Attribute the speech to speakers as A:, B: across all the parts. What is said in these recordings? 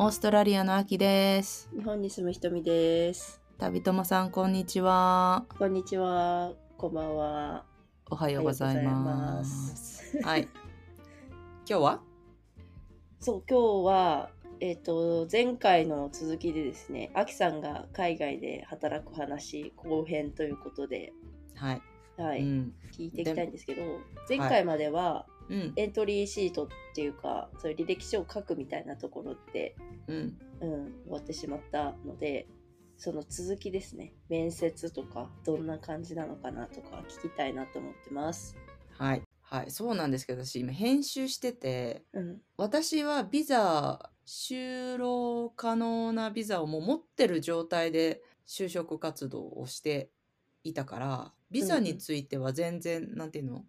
A: オーストラリアの秋です。
B: 日本に住むひとみです。
A: 旅友さん、こんにちは。
B: こんにちは。こんばんは。
A: おは
B: お
A: ようございます。。はい。今日は
B: そう、今日は、えっ、と、前回の続きでですね、あきさんが海外で働く話後編ということで、
A: はい。
B: はい、
A: うん。
B: 聞いていきたいんですけど、前回までは
A: うん。
B: エントリーシートっていうか、そういう履歴書を書くみたいなところって、
A: うん。
B: うん、終わってしまったのでその続きですね面接とかどんな感じなのかなとか聞きたいなと思ってます
A: はい。はい。そうなんですけど、私今編集してて、
B: うん
A: 私はビザ、就労可能なビザをもう持ってる状態で就職活動をしていたから、ビザについては全然、なんていうの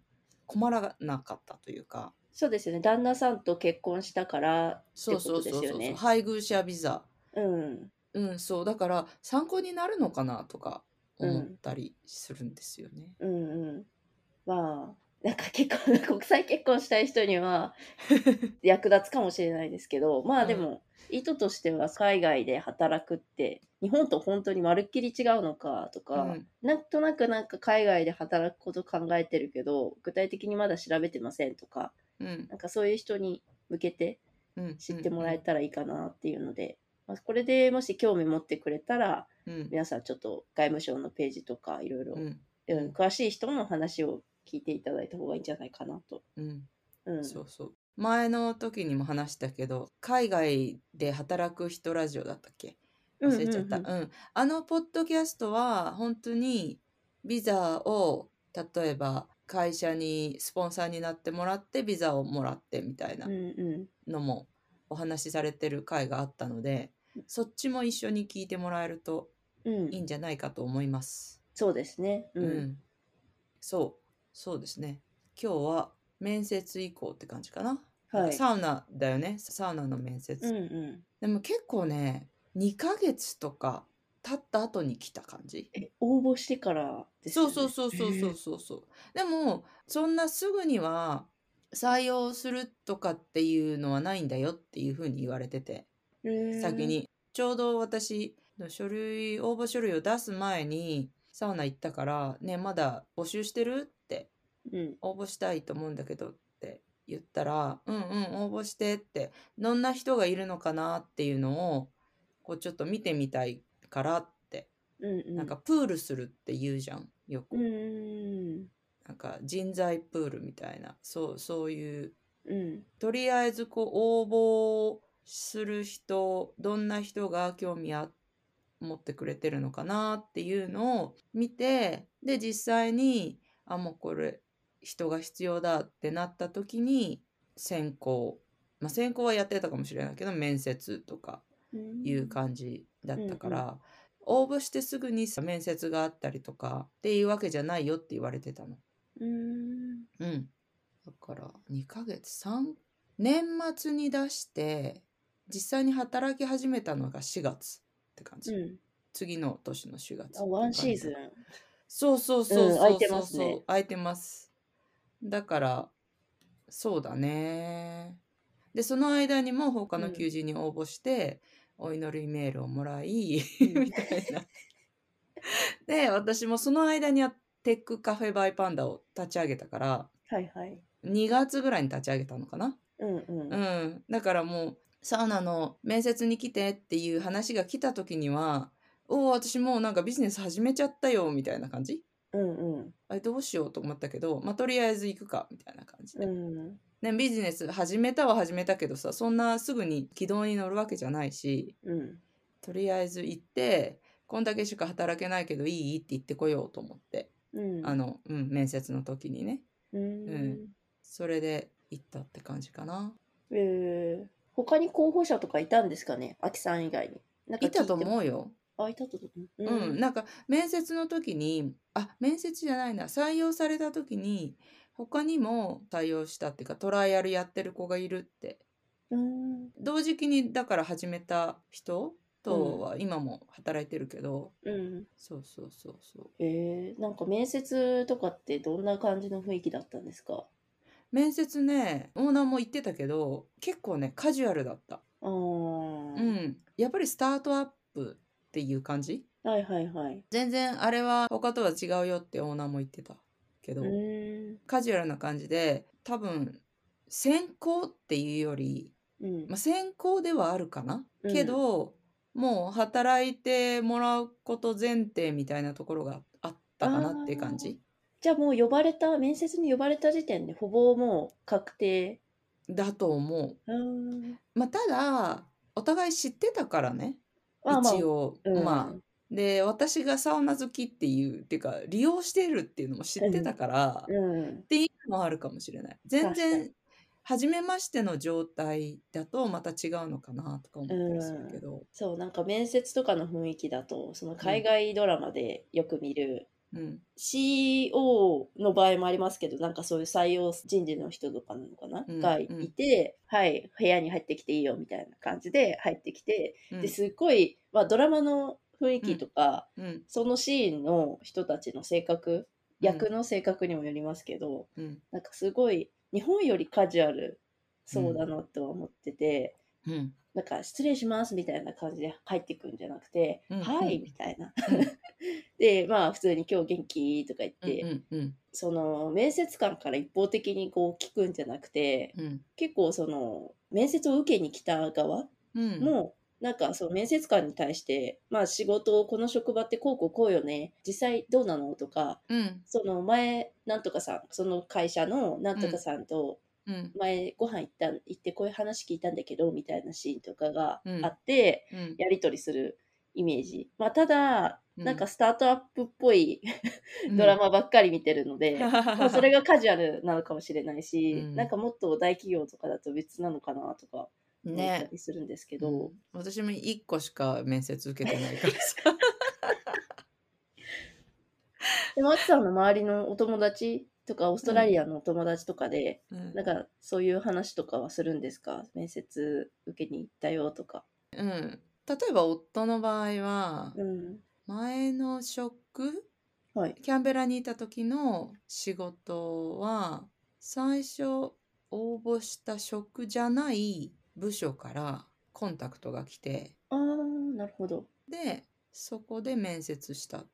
A: 困らなかったというか、
B: そうですよね旦那さんと結婚したからって
A: そ
B: こ
A: うそ
B: と
A: う
B: で
A: そう
B: す
A: そうそ
B: よ
A: う、
B: ね
A: 配偶者ビザ
B: うん
A: うん、そうだから参考になるのかなとか思ったりするんですよね。
B: うんうんまあなんか結婚 国際結婚したい人に は役立つかもしれないですけどまあでも、意図としては海外で働くって日本と本当にまるっきり違うのかとか、
A: うん
B: なんとなくなんか海外で働くこと考えてるけど、具体的にまだ調べてませんとか、
A: うん
B: なんかそういう人に向けて
A: うん、
B: 知ってもらえたらいいかなっていうので、まあ、これでもし興味持ってくれたら、
A: うんうん
B: 皆さんちょっと外務省のページとかいろいろ
A: う、ん
B: うん詳しい人の話を聞いていただいた方がいいんじゃないかなと。
A: うん
B: うん。
A: そうそう前の時にも話したけど海外で働く人ラジオだったっけ
B: うん
A: 忘れちゃった、
B: う
A: うんんあのポッドキャストは本当にビザを例えば会社にスポンサーになってもらってビザをもらってみたいな
B: うんうん
A: のもお話しされてる回があったのでそっちも一緒に聞いてもらえると
B: うんうん
A: いいんじゃないかと思います。
B: そうですね。う。
A: うんそうそうですね今日は面接以降って感じかな、
B: はい。
A: サウナだよねサウナの面接、
B: うんうん。
A: でも結構ね2ヶ月とか経った後に来た感じ、
B: え、応募してからですよ
A: そう
B: ね
A: そうそうそうそうそうそうでもそんなすぐには採用するとかっていうのはないんだよっていうふうに言われてて
B: へー
A: 先にちょうど私の書類応募書類を出す前にサウナ行ったから「ねまだ募集してる?」って
B: うん
A: 「応募したいと思うんだけど」って言ったら「うんうん応募して」ってどんな人がいるのかなっていうのをこうちょっと見てみたいからって、
B: うんうん
A: なんかプールするって言うじゃんよく、
B: うーん
A: なんか人材プールみたいなそうそういう
B: うん
A: とりあえずこう応募する人どんな人が興味あ持ってくれてるのかなっていうのを見てで実際にあもうこれ人が必要だってなった時に選考、まあ、選考はやってたかもしれないけど面接とかいう感じだったから、
B: うん
A: 応募してすぐにさ面接があったりとかっていうわけじゃないよって言われてたの。
B: うーん
A: うん。だから2ヶ月3年末に出して実際に働き始めたのが4月って感じ、
B: うん
A: 次の年の4月って
B: あワンシー
A: 感じ
B: ズン
A: そうそうそう
B: うん
A: そう
B: 空いて
A: そう
B: ますね
A: そう空いてますだからそうだねでその間にも他の求人に応募して、お祈りメールをもらい、
B: うん
A: みたいなで私もその間にテックカフェバイパンダを立ち上げたから
B: はいはい
A: 2月ぐらいに立ち上げたのかな、
B: うんうん
A: うん、だからもうサウナの面接に来てっていう話が来た時にはおお私もうなんかビジネス始めちゃったよみたいな感じ
B: うんうん
A: あれどうしようと思ったけど、まあ、とりあえず行くかみたいな感じで、
B: うん
A: ね、ビジネス始めたは始めたけどさそんなすぐに軌道に乗るわけじゃないし
B: うん
A: とりあえず行ってこんだけしか働けないけどいいって言ってこようと思って、
B: うん
A: あの、うん、面接の時にね
B: う
A: うんんそれで行ったって感じかな。
B: えー他に候補者とかいたんですかねあきさん以外になんか聞
A: いたと
B: う
A: 思うよ。
B: あいたと思う
A: うん、
B: うん
A: なんか面接の時にあ面接じゃないな採用された時に他にも採用したっていうかトライアルやってる子がいるって
B: うん
A: 同時期にだから始めた人とは今も働いてるけど、
B: うん
A: そうそうそうそう
B: えーなんか面接とかってどんな感じの雰囲気だったんですか
A: 面接ねオーナーも言ってたけど結構ねカジュアルだった
B: あー
A: うん、やっぱりスタートアップっていう感じ
B: はいはいはい。
A: 全然あれは他とは違うよってオーナーも言ってたけど、
B: うーん。
A: カジュアルな感じで多分先行っていうより、
B: うん
A: まあ、。先行ではあるかな、
B: うん
A: けどもう働いてもらうこと前提みたいなところがあったかなっていう感じ
B: じゃあもう呼ばれた、面接に呼ばれた時点でほぼもう確定。
A: だと思
B: うーん。
A: う。まあ、ただお互い知ってたからね、一応、
B: うん
A: まあで私がサウナ好きっていうっていうか利用してるっていうのも知ってたから、っ
B: うん。
A: ていうのもあるかもしれない全然初めましての状態だとまた違うのかなとか思ったりするけど、
B: そう、なんか面接とかの雰囲気だと、その海外ドラマでよく見る、
A: うん
B: CEO の場合もありますけど、なんかそういう採用人事の人とかなのかな、
A: うん
B: がいて、はい、部屋に入ってきていいよみたいな感じで入ってきて、
A: うん
B: ですっごい、まあドラマの雰囲気とか、
A: うん
B: そのシーンの人たちの性格、役の性格にもよりますけど、
A: うん
B: なんかすごい、日本よりカジュアルそうだなとは思ってて、
A: うん
B: なんか失礼しますみたいな感じで入ってくんじゃなくて、
A: うん
B: はい
A: うん
B: みたいな。
A: うん
B: で、まあ普通に今日元気とか言っ
A: う
B: て、
A: んうん
B: その面接官から一方的にこう聞くんじゃなくて
A: うん
B: 結構その面接を受けに来た側
A: うん
B: も、なんかその面接官に対して、まあ、仕事をこの職場ってこうこうこうよね実際どうなのとか
A: うん
B: その前なんとかさんその会社のなんとかさんと
A: うん
B: 前ご飯行った行ってこういう話聞いたんだけどみたいなシーンとかがあって、
A: うん
B: やり取りするイメージ、まあ、ただ
A: うん
B: なんかスタートアップっぽいドラマばっかり見てる ので。まあ、それ
A: が
B: がカジュアルなのかもしれないし、
A: うん
B: なんかもっと大企業とかだと別なのかなとか思った
A: ね
B: りするんですけど、
A: うん私も1個しか面接受けてないから さ
B: でもあつさんの周りのお友達とかオーストラリアのお友達とかで、
A: うん
B: なんかそういう話とかはするんですか面接受けに行ったよとか。
A: うん例えば夫の場合は
B: うん、
A: 前の職
B: はい。
A: キャンベラにいた時の仕事は最初応募した職じゃない部署からコンタクトが来て
B: ああ、なるほど。
A: でそこで面接した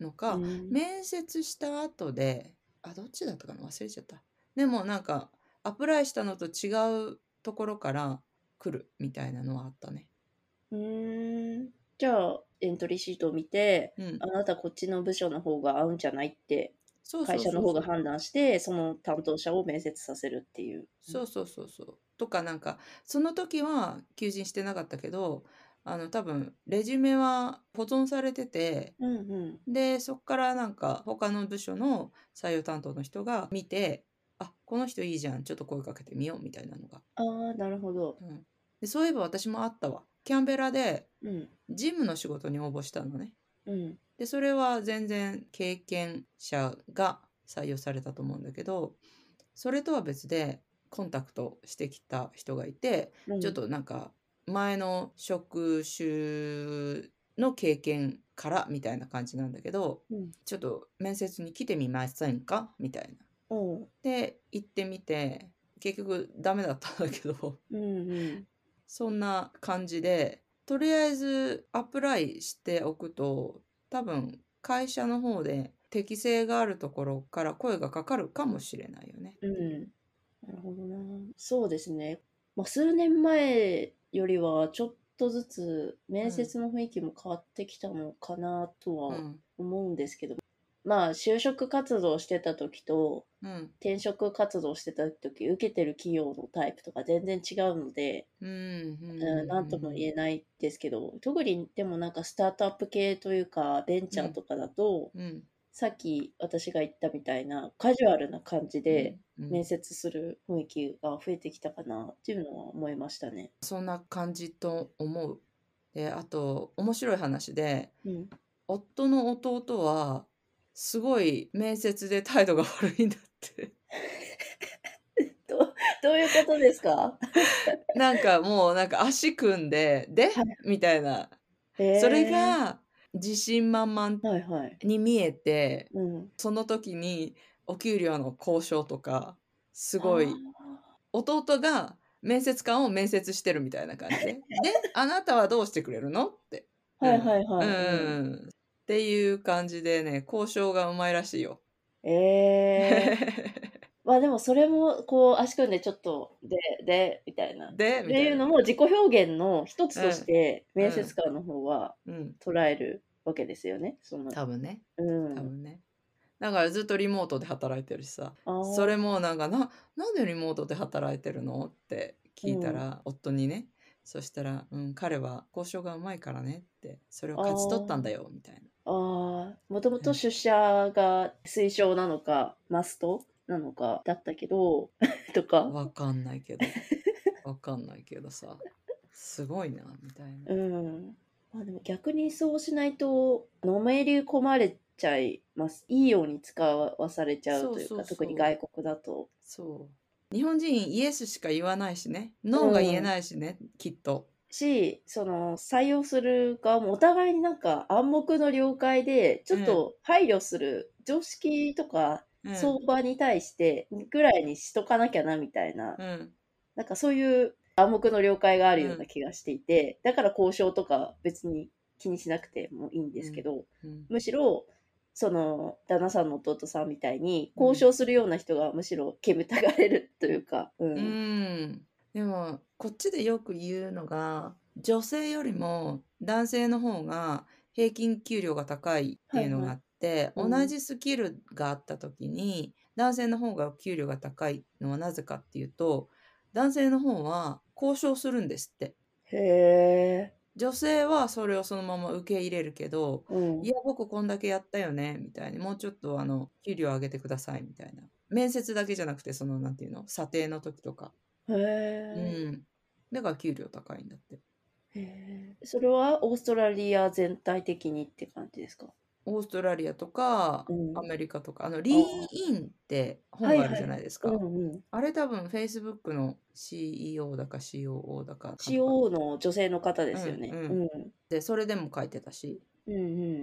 A: のか、
B: うん
A: 面接した後であどっちだったかな忘れちゃったでもなんかアプライしたのと違うところから来るみたいなのはあったね。
B: うーんじゃあエントリーシートを見て
A: うん
B: あ、なたこっちの部署の方が合うんじゃないって
A: そうそうそうそう
B: 会社の方が判断してその担当者を面接させるっていう。
A: そうそうそうそう。とかなんかその時は求人してなかったけどあの多分レジュメは保存されてて
B: うんうん
A: でそこからなんか他の部署の採用担当の人が見てあこの人いいじゃんちょっと声かけてみようみたいなのが、
B: ああ、なるほど。
A: うん、でそういえば私もあったわキャンベラで
B: うん。
A: ジムの仕事に応募したのね
B: うん。
A: でそれは全然経験者が採用されたと思うんだけどそれとは別でコンタクトしてきた人がいて、
B: うん
A: ちょっ。となんか前の職種の経験からみたいな感じなんだけど
B: うん。
A: ちょっと面接に来てみませんかみたいな。
B: おう
A: で行ってみて結局ダメだったんだけど
B: うんうん。
A: そんな感じでとりあえずアプライしておくと多分会社の方で適性があるところから声がかかるかもしれないよね。
B: うん。なるほどな。そうですね。まあ、数年前よりは、ちょっとずつ面接の雰囲気も変わってきたのかなと
A: う
B: は
A: ん
B: 思うんですけど、まあ、就職活動してた時と、
A: うん
B: 転職活動してた時、受けてる企業のタイプとか全然違うので、
A: うんうん
B: うんなんとも言えないですけど、特にでもなんかスタートアップ系というか、ベンチャーとかだと、
A: うん
B: さっき私が言ったみたいなカジュアルな感じで
A: うん
B: 面接する雰囲気が増えてきたかなっていうのは思いましたね。
A: そんな感じと思う。であと面白い話で
B: うん、
A: 夫の弟はすごい面接で態度が悪いんだって
B: どどういうことです か、
A: なんかもうなんか足組んで「で?
B: はい」
A: みたいな
B: へー
A: それが自信満々
B: はいはい。
A: に見えて
B: うん、
A: その時にお給料の交渉とかすごい
B: あー
A: 弟が面接官を面接してるみたいな感じでであなたはどうしてくれるのって、
B: はいはいはい。
A: うん、っていう感じでね交渉がうまいらしいよ。
B: うんえー まあでもそれもこう足組んでちょっとででみたいな。っ
A: で
B: て
A: みた
B: いう
A: い
B: の
A: な、
B: も自己表現の一つとして
A: うん
B: 面接官の方は
A: うん、
B: 捉えるわけですよね。その
A: 多分ね
B: うん
A: 多分ね。だからずっとリモートで働いてるしさ
B: あー
A: それもなんかな「なんでリモートで働いてるの?」って聞いたら、夫にねそしたら、うん「彼は交渉がうまいからね」ってそれを勝ち取ったんだよみたいな。
B: ああ、もともと出社が推奨なのか、マストなのかだったけど、 とか、
A: わかんないけどわかんないけどさすごいなみたいな
B: う。ん。まあでも逆にそうしないと、のめり込まれちゃいます。いいように使わされちゃうというか、
A: そうそうそう
B: 特に外国だと。
A: そう日本人イエスしか言わないしねノーが言えないしね、きっと。
B: し、その、採用する側もお互いになんか暗黙の了解で、ちょっと配慮する、常識とか
A: うん
B: 相場に対してぐらいにしとかなきゃなみたいな
A: うん
B: なんかそういう暗黙の了解があるような気がしていて、だから交渉とか別に気にしなくてもいいんですけど、
A: うん
B: むしろその旦那さんの弟さんみたいに
A: うん
B: 交渉するような人がむしろ煙たがれるというか、うん
A: うんでもこっちでよく言うのが女性よりも男性の方が平均給料が高いっていうのがあって、
B: はいはいうん
A: 同じスキルがあった時に男性の方が給料が高いのはなぜかっていうと男性の方は交渉するんですって
B: へえ、
A: 女性はそれをそのまま受け入れるけど
B: うん
A: いや、僕こんだけやったよね、みたいに、もうちょっとあの、給料上げてください、みたいな。面接だけじゃなくて、その、なんていうの査定の時とか。
B: へ
A: う
B: え、
A: ん。だから給料高いんだって。
B: へーそれはオーストラリア全体的にって感じですか、
A: オーストラリアとか
B: う、ん
A: アメリカとか、あの、リーインって本があるじゃないですか。
B: うんうん、
A: あれ多分、Facebook の CEO だか COO だか。
B: CO の女性の方ですよね。
A: うん
B: うん
A: で、それでも書いてたし。
B: うんう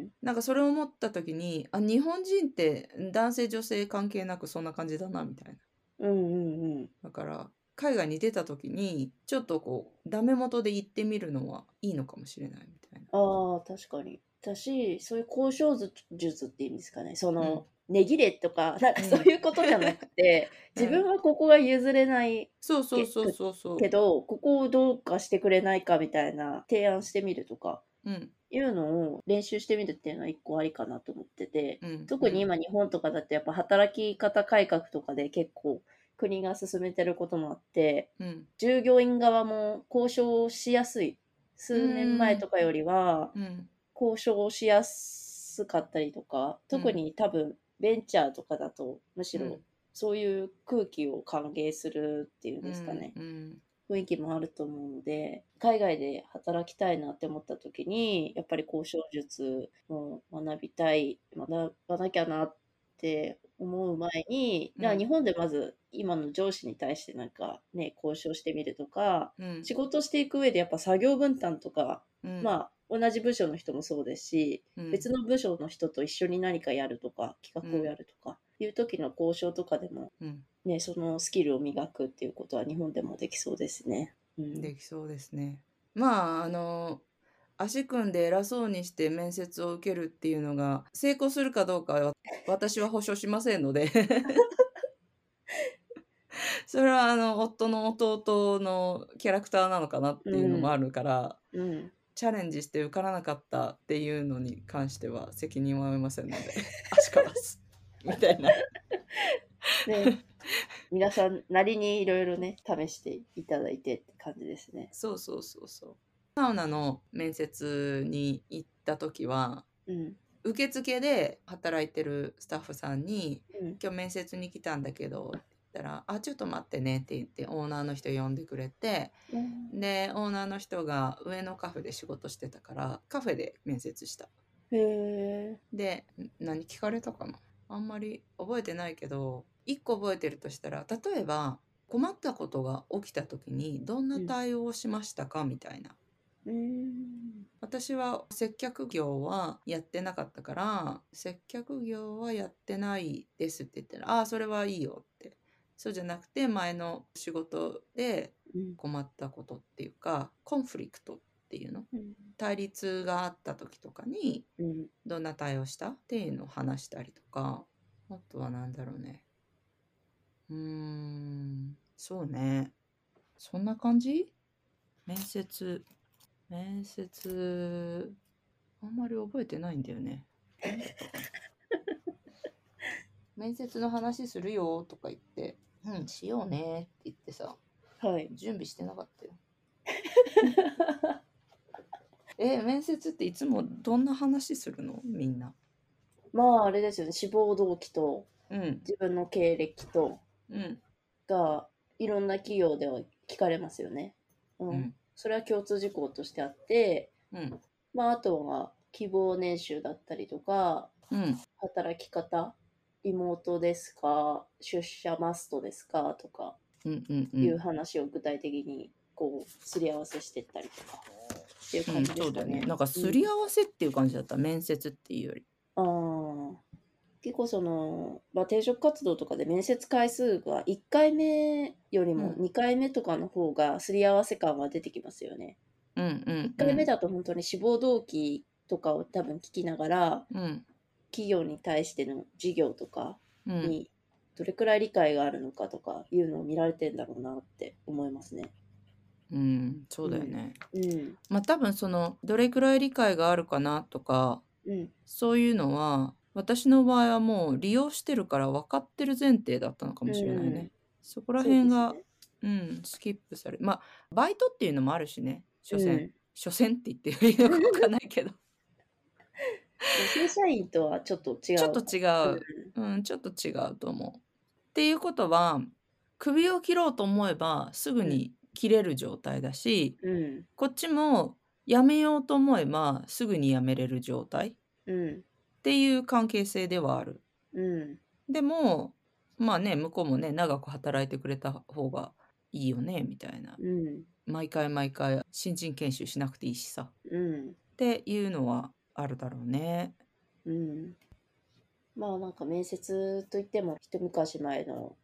B: ん
A: なんかそれを思った時に、あ、日本人って男性女性関係なくそんな感じだな、みたいな。
B: うんうんうん
A: だから海外に出た時にちょっとこうダメ元で行ってみるのはいいのかもしれないみたいな。
B: ああ、確かに。だし、そういう交渉術術っていうんですかね、その、ねぎれとか、 なんか
A: うん
B: そういうことじゃなくて、
A: うん
B: 自分はここが譲れない
A: そうそうそうそうそう。
B: けど、ここをどうかしてくれないかみたいな提案してみるとか、
A: うん
B: いうのを練習してみるっていうのは一個ありかなと思ってて、
A: うん、
B: 特に今日本とかだってやっぱ働き方改革とかで結構国が進めてることもあって、
A: うん、うん
B: 従業員側も交渉しやすい。数年前とかよりは、
A: うん
B: 交渉しやすかったりとか特に多分ベンチャーとかだとむし
A: う
B: ろ
A: ん
B: そういう空気を歓迎するっていうんですかね、
A: うんうん
B: 雰囲気もあると思うので海外で働きたいなって思った時にやっぱり交渉術も学びたい学ばなきゃなって思う前に、
A: うん
B: だから日本でまず今の上司に対してなんかね交渉してみるとか
A: うん
B: 仕事していく上でやっぱ作業分担とか
A: うん、
B: まあ、同じ部署の人もそうですし、
A: うん
B: 別の部署の人と一緒に何かやるとか、企画をやるとか、いう時の交渉とかでも、
A: うん
B: ね、そのスキルを磨くっていうことは日本でもできそうですね。うん、
A: できそうですね。まああの足組んで偉そうにして面接を受けるっていうのが成功するかどうかは私は保証しませんので それはあの夫の弟のキャラクターなのかなっていうのもあるから、
B: うん、
A: チャレンジして受からなかったっていうのに関しては責任は負えませんの で足からすみたいな
B: ね皆さんなりにいろいろね、試していただいてって感じですね。
A: そうそうそうそうサウナの面接に行った時は
B: うん。
A: 受付で働いてるスタッフさんに
B: うん
A: 「今日面接に来たんだけど」って言ったら「あちょっと待ってね」って言ってオーナーの人呼んでくれて
B: うん
A: でオーナーの人が上のカフェで仕事してたからカフェで面接した
B: へえ。
A: でん何聞かれたかなあんまり覚えてないけど一個覚えてるとしたら例えば困ったことが起きた時にどんな対応をしましたか、みたいな
B: うん。
A: 私は接客業はやってなかったから接客業はやってないですって言ったらああーそれはいいよってそうじゃなくて前の仕事で
B: うん
A: 困ったことっていうかコンフリクトっていうの
B: うん
A: 対立があった時とかに
B: うん
A: どんな対応したっていうのを話したりとかあとは何だろうねうーんそうねそんな感じ面接面接あんまり覚えてないんだよね面接の話するよとか言って「うんしようね」って言ってさ
B: はい
A: 準備してなかったよえ面接っていつもどんな話するのみんな
B: まああれですよね志望動機と
A: うん
B: 自分の経歴と
A: うん
B: がいろんな企業では聞かれますよね、うん
A: うん
B: それは共通事項としてあって
A: うん
B: まああとは希望年収だったりとか
A: うん
B: 働き方リモートですか出社マストですかとか
A: うんうんう
B: い
A: ん
B: う話を具体的にこうすり合わせしてったりとかっていう
A: う
B: 感
A: ん
B: じで
A: そう
B: す
A: だ
B: か
A: よ
B: ね。
A: ねなんかすり合わせっていう感じだった、面接っていうより
B: あー結構その、まあ、転職活動とかで面接回数が1回目よりも
A: うん
B: 2回目とかの方がすり合わせ感は出てきますよね。
A: うんうん
B: 1回目だと本当に志望動機とかを多分聞きながら
A: うん
B: 企業に対しての事業とか
A: うん
B: にどれくらい理解があるのかとかいうのを見られてんだろうなって思いますね。
A: うんそうだよね、
B: うん、
A: まあ多分そのどれくらい理解があるかなとか
B: うん、
A: そういうのは私の場合はもう利用してるから分かってる前提だったのかもしれないね、
B: うん
A: そこら
B: そうです
A: 辺が
B: ね
A: うん、スキップされまあバイトっていうのもあるしね所詮、
B: うん
A: 所詮って言っていいのか分かんないけど
B: 正社員とはちょっと違う。
A: ちょっと違う、うん、ちょっと違うと思う。っていうことは首を切ろうと思えばすぐに切れる状態だし、
B: うん。
A: こっちもやめようと思えばすぐにやめれる状態っ
B: うん。
A: ていう関係性ではある。
B: うん。
A: でもまあね向こうもね長く働いてくれた方がいいよねみたいな
B: うん。
A: 毎回毎回新人研修しなくていいしさ。
B: うん。
A: っていうのはあるだろうね。
B: うん。まあなんか面接といっても一昔前の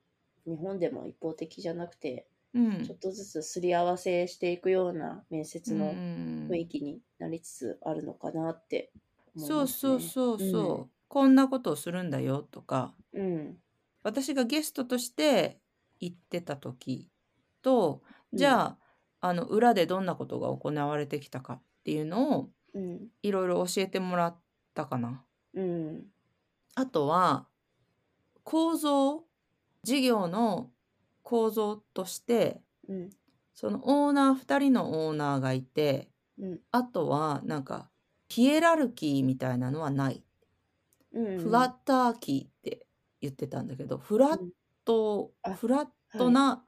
B: 日本でも一方的じゃなくて、
A: う
B: ちょ
A: ん
B: っ。とずつすり合わせしていくような面接
A: う
B: の
A: ん
B: 雰囲気になりつつあるのかなって思い
A: そ
B: ま
A: う
B: すね、
A: そうそうそう、
B: うん
A: こんなことをするんだよとか
B: うん。
A: 私がゲストとして行ってた時と
B: うん
A: じゃあ,、あの裏でどんなことが行われてきたかっていうのを
B: うん。
A: いろいろ教えてもらったかな。
B: うん。
A: あとは構造事業の構造として
B: うん。
A: そのオーナー2人のオーナーがいて
B: うん。
A: あとはなんかヒエラルキーみたいなのはない、
B: うん。
A: フラッターキーって言ってたんだけどフラット、
B: うんあ
A: フラットな、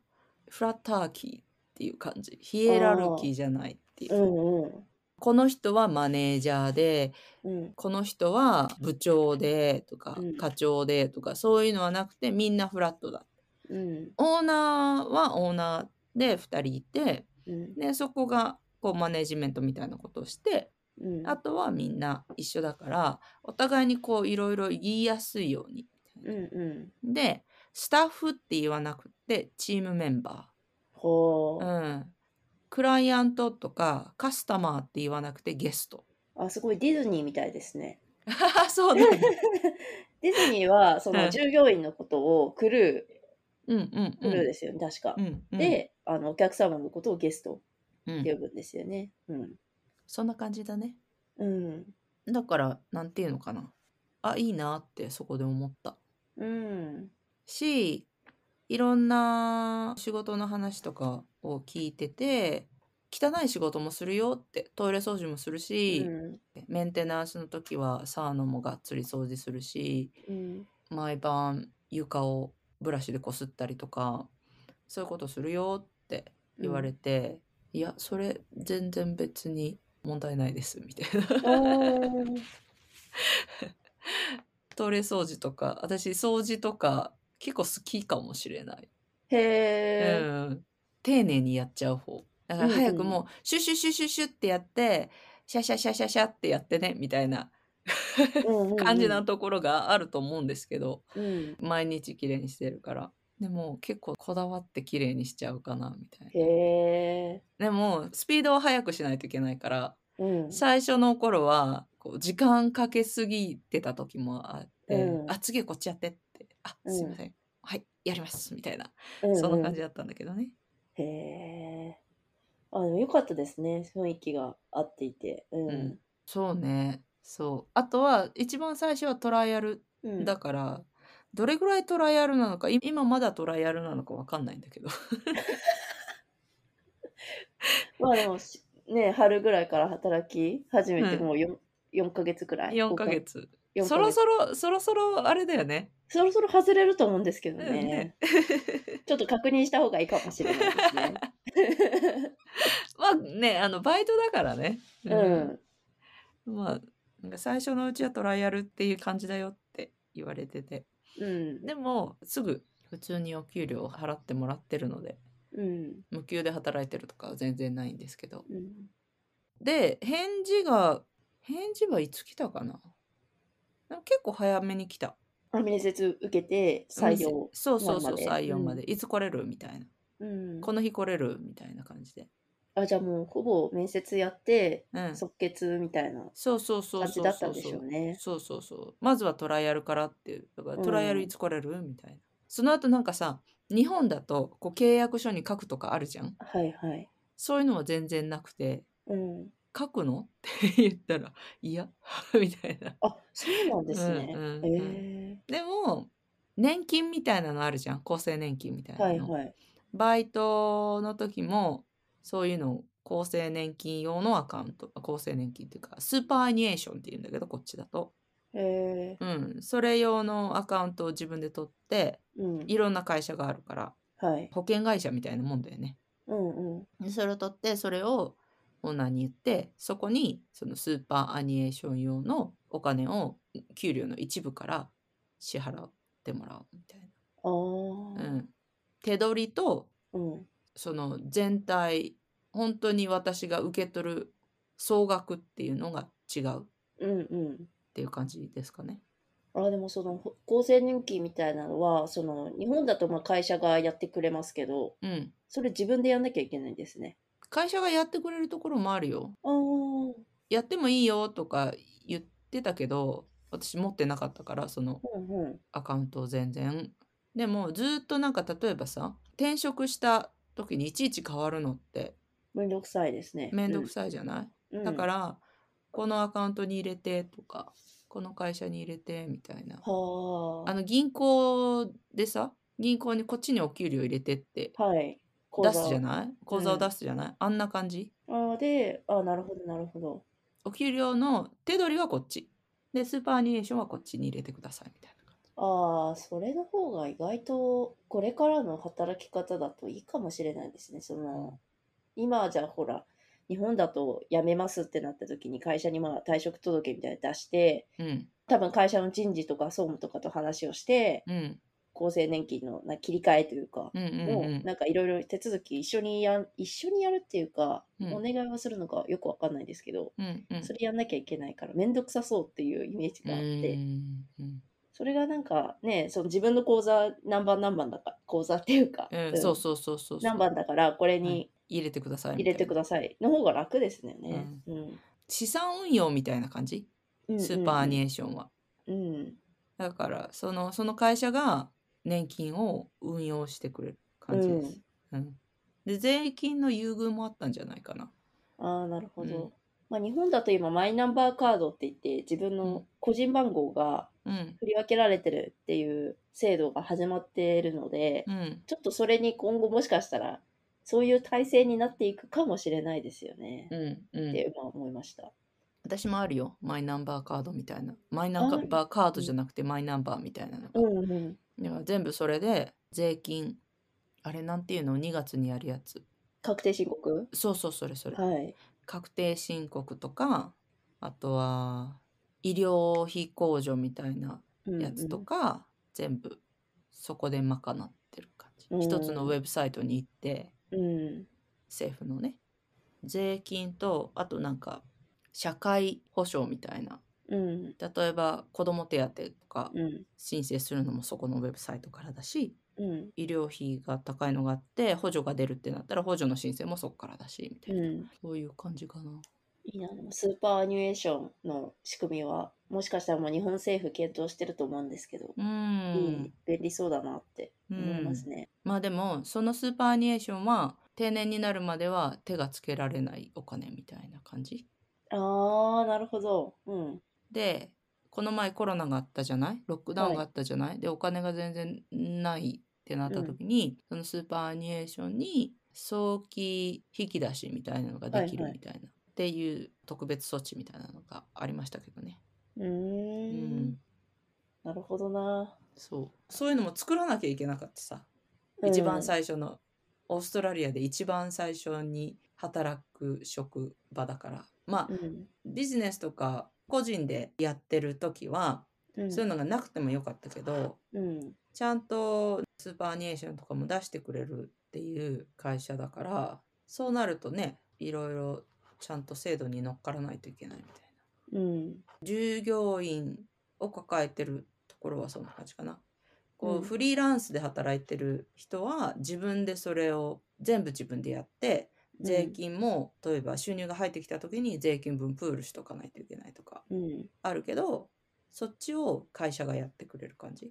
A: フラッターキーっていう感じヒエラルキーじゃないっていう、
B: うんうん。
A: この人はマネージャーで
B: うん。
A: この人は部長でとか、
B: うん
A: 課長でとかそういうのはなくてみんなフラットだ
B: うん。
A: オーナーはオーナーで2人いて
B: うん。
A: でそこがこうマネジメントみたいなことをして
B: うん。
A: あとはみんな一緒だからお互いにこういろいろ言いやすいようにみた
B: う
A: い
B: んうん。
A: なでスタッフって言わなくてチームメンバ
B: ほう。
A: ー、うん、クライアントとかカスタマーって言わなくてゲスト
B: あ、すごいディズニーみたいですね。
A: そうだね
B: ディズニーは、そうの
A: ん
B: 従業員のことをクル
A: うんうん
B: ー、
A: う
B: クルー
A: ん
B: ですよね、確か
A: う。んうん、
B: で、あの、お客様のことをゲスト
A: う
B: って
A: ん、
B: 呼ぶんですよね。うん。
A: そんな感じだね
B: うん。
A: だからなんていうのかなあいいなってそこで思った
B: うん。
A: しいろんな仕事の話とかを聞いてて汚い仕事もするよってトイレ掃除もするし、
B: うん
A: メンテナンスの時はサーノもがっつり掃除するし
B: うん。
A: 毎晩床をブラシでこすったりとかそういうことするよって言われて、いやそれ全然別に問題ないですみたいな
B: あー
A: トイレ掃除とか私掃除とか結構好きかもしれない。
B: へ
A: う
B: え。
A: ん、丁寧にやっちゃう方だから
B: うんうん
A: 早くもうシュシュシュシュシュってやってシャシャシャシャシャってやってねみたいな
B: うんうんうん
A: 感じなところがあると思うんですけど、
B: うん。
A: 毎日綺麗にしてるからでも結構こだわって綺麗にしちゃうかなみたいな
B: へえ。
A: でもスピードを速くしないといけないから
B: うん。
A: 最初の頃はこう時間かけすぎてた時もあって、
B: うん
A: あ次はこっちやってってあ
B: うん
A: すいません、はいやりますみたいな、
B: うんうん
A: そんな感じだったんだけどね
B: へえ。あ、でもよかったですね。雰囲気が合っていて。うん。
A: うんそうねそうあとは一番最初はトライアル
B: うん
A: だから、どれぐらいトライアルなのかい今まだトライアルなのかわかんないんだけど
B: まあでもし、ね、春ぐらいから働き始めて
A: うん
B: もう 4,、四ヶ月くらい
A: 4
B: 五
A: ヶ月
B: 四ヶ月
A: そろそろそろそろあれだよね
B: そろそろ外れると思うんですけど
A: だよね
B: ね。 ちょっと確認した方がいいかもしれないですね。
A: まあねあのバイトだからね、
B: うん。
A: まあなんか最初のうちはトライアルっていう感じだよって言われてて
B: うん。
A: でもすぐ普通にお給料を払ってもらってるので
B: うん。
A: 無給で働いてるとかは全然ないんですけど
B: うん。
A: で返事が返事はいつ来たかなでも結構早めに来た
B: あ面接受けて採用。
A: そうそうそう
B: まで
A: 採用まで、いつ来れるみたいな
B: うん。
A: この日来れるみたいな感じで、
B: あ、じゃあもうほぼ面接やって、
A: うん、
B: 即決みたいな
A: そうそうそう
B: 感
A: そ
B: じ
A: う
B: だった
A: そ
B: ん
A: うそ
B: でしょ
A: う
B: うね。
A: そうそうそうまずはトライアルからっていうだから
B: うん
A: トライアルいつ来れる、みたいなその後なんかさ日本だとこう契約書に書くとかあるじゃん
B: はいはい。
A: そういうのは全然なくて
B: うん。
A: 書くのって言ったらいや みたいな
B: あ、そうなんですね。
A: うんうんうん
B: え
A: でも年金みたいなのあるじゃん厚生年金みたい
B: えは
A: ないの、
B: はい。
A: バイトの時もそういうの厚生年金用のアカウント厚生年金っていうかスーパーアニエーションっていうんだけどこっちだと
B: ええ
A: うん、それ用のアカウントを自分で取って
B: うん。
A: いろんな会社があるから
B: はい。
A: 保険会社みたいなもんだよね
B: うんうん。
A: でそれを取ってそれをオーナーに言ってそこにそのスーパーアニエーション用のお金を給料の一部から支払ってもらうみたい
B: ああ。
A: な、うん、手取りと
B: うん。
A: その全体本当に私が受け取る総額っていうのが違うっ
B: うんうん。
A: ていう感じですかね
B: あでもそのほ厚生年金みたいなのはその日本だとまあ会社がやってくれますけど
A: うん
B: それ自分でやんなきゃいけないんですね。
A: 会社がやってくれるところもあるよ
B: ああうん
A: やってもいいよとか言ってたけど私持ってなかったからその
B: うん
A: アカウントを全然でもずっとなんか例えばさ転職した時にいちいち変わるのって
B: めんどくさいですね。
A: めんどくさいじゃない、
B: い、うん。
A: だかららこのアカウントに入れてとかこの会社に入れてみたいな
B: は
A: あの銀行でさ銀行にこっちにお給料入れてって
B: あはい。
A: 出すじゃ
B: い
A: ない口座を出すじゃない、あんな感じ
B: ああであなるほどなるほど。
A: お給料の手取りはこっちでスーパーアニエーションはこっちに入れてくださいみたいな感じ
B: ああそれの方が意外とこれからの働き方だといいかもしれないですね。その今じゃあほら日本だと辞めますってなった時に会社にまあ退職届みたいなの出して
A: うん
B: 多分会社の人事とか総務とかと話をして、
A: うん
B: 厚生年金のな切り替えというか、
A: うんうん
B: も
A: う
B: うんなんかいろいろ手続き一緒にやん一緒にやるっていうか、
A: うん
B: お願いはするのかよくわかんないですけど、
A: うんうん
B: それやんなきゃいけないからめんどくさそうっていうイメージがあって、
A: うんうん
B: それがなんかね、その自分の口座何番何番だか、口座っていうか、
A: うん
B: うん
A: そうそうそうそう
B: 何番だからこれに
A: 入れてください
B: 入れてく
A: だ
B: ださいの方が楽ですよね。うん
A: 資産運用みたいな感じ
B: うん
A: スーパーアニエーションは、
B: うん
A: だからそのその会社が年金を運用してくれる感じです、うんで税金の優遇もあったんじゃないかな
B: ああ、なるほど。
A: うん
B: まあ、日本だと今、マイナンバーカードって言って、自
A: う
B: 分
A: ん
B: の個人番号が
A: うん
B: 振り分けられてるっていう制度が始まっているので、
A: うん
B: ちょっとそれに今後もしかしたら、そういう体制になっていくかもしれないですよね。
A: うんう
B: っ
A: ん
B: て、まあ、思いました。
A: 私もあるよマイナンバーカードみたいなマイナンバーカードじゃなくてマイナンバーみたいなのが、
B: うんうん。
A: でも全部それで税金あれなんていうの2月にやるやつ
B: 確定申告
A: そうそうそれそれ、
B: はい。
A: 確定申告とかあとは医療費控除みたいな
B: うんうん
A: やつとか、全部そこで賄ってる感じ、
B: うん
A: 一つのウェブサイトに行って
B: うん。
A: 政府のね税金とあとなんか社会保障みたいな
B: うん。
A: 例えば子ども手当とか
B: うん。
A: 申請するのもそこのウェブサイトからだし
B: うん。
A: 医療費が高いのがあって補助が出るってなったら補助の申請もそこからだしみた
B: う
A: いな、
B: ん。
A: そういう感じかない
B: いな、でもスーパーアニュエーションの仕組みは、もしかしたらもう日本政府検討してると思うんですけど、
A: う
B: い
A: ん
B: い、便利そうだなって思いますね。
A: まあでもそのスーパーアニエーションは定年になるまでは手がつけられないお金みたいな感じ
B: ああ、なるほど。うん。
A: でこの前コロナがあったじゃないロックダウンがあったじゃない、でお金が全然ないってなった時に、そのスーパーアニエーションに早期引き出しみたいなのができる
B: はいは
A: み
B: い
A: たいな、っていう特別措置みたいなのがありましたけどね。
B: うー
A: うんん。
B: なるほどな。
A: そうそういうのも作らなきゃいけなかったさ、
B: うん
A: 一番最初のオーストラリアで一番最初に働く職場だからまあ
B: うん。
A: ビジネスとか個人でやってる時は
B: うん。
A: そういうのがなくてもよかったけど
B: うん。
A: ちゃんとスーパーアニエーションとかも出してくれるっていう会社だからそうなるとねいろいろちゃんと制度に乗っからないといけないみたいな
B: うん。
A: 従業員を抱えてるところはそんな感じかな。こう、
B: うん
A: フリーランスで働いてる人は自分でそれを全部自分でやって税金も、例えば収入が入ってきた時に税金分プールしとかないといけないとか
B: うん。
A: あるけどそっちを会社がやってくれる感じっ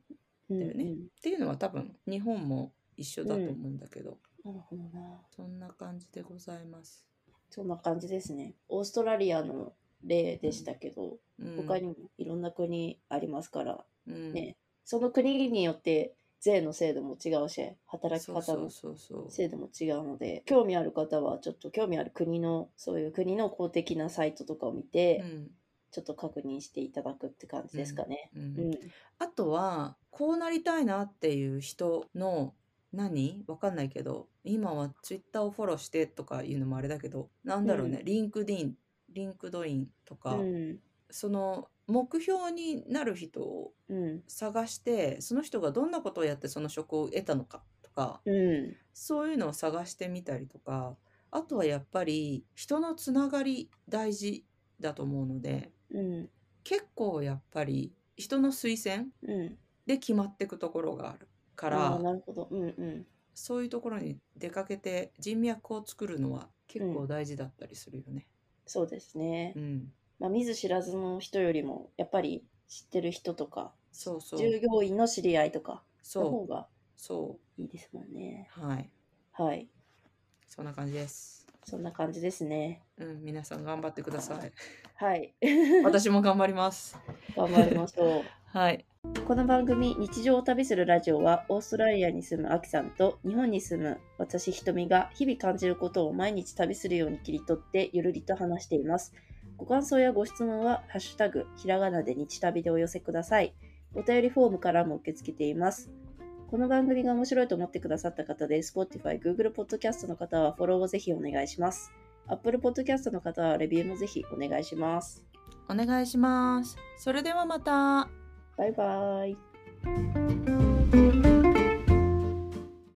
B: うん。
A: だよねていうのは多分日本も一緒だと思うんだけど、
B: うん。なるほどな。
A: そんな感じでございます。
B: そんな感じですね。オーストラリアの例でしたけど、
A: うん、
B: 他にもいろんな国ありますから、
A: うん
B: ねその国によって税の制度も違うし、働き
A: そう
B: 方
A: そ
B: の
A: うそうそう
B: 制度も違うので、興味ある方は、ちょっと興味ある国の、そういう国の公的なサイトとかを見て、
A: うん
B: ちょっと確認していただくって感じですかね。
A: うん
B: うん。
A: あとはこうなりたいなっていう人の何わかんないけど今はツイッターをフォローしてとかいうのもあれだけどなんだろうね、
B: う
A: リンクディンリンクドインとか、
B: うん。
A: その目標になる人を
B: うん。
A: 探してその人がどんなことをやってその職を得たのかとか
B: うん。
A: そういうのを探してみたりとかあとはやっぱり人のつながり大事だと思うので
B: うん。
A: 結構やっぱり人の推薦
B: うん。
A: で決まっていくところがあるか
B: ああ
A: ら
B: ー、なるほど。うんうん。
A: そういうところに出かけて人脈を作るのは結構大事だったりするよね。
B: そうですね。
A: うん、
B: まあ、見ず知らずの人よりも、やっぱり知ってる人とか、
A: そうそう
B: 従業員の知り合いとかの方
A: そう
B: が
A: そ
B: いいですもんね。
A: うはい
B: はい。
A: そんな感じです。
B: そんな感じですね。
A: うん、皆さん頑張ってください。
B: はい。
A: 私も頑張ります。
B: 頑張りましょう。
A: はい。
B: この番組日常を旅するラジオはオーストラリアに住むアキさんと日本に住む私ひとみが日々感じることを毎日旅するように切り取ってゆるりと話していますご感想やご質問はハッシュタグひらがなで日旅でお寄せくださいお便りフォームからも受け付けていますこの番組が面白いと思ってくださった方で Spotify、Google Podcast の方はフォローをぜひお願いします Apple Podcast の方はレビューもぜひお願いします
A: お願いします。それではまた。
B: バイバイ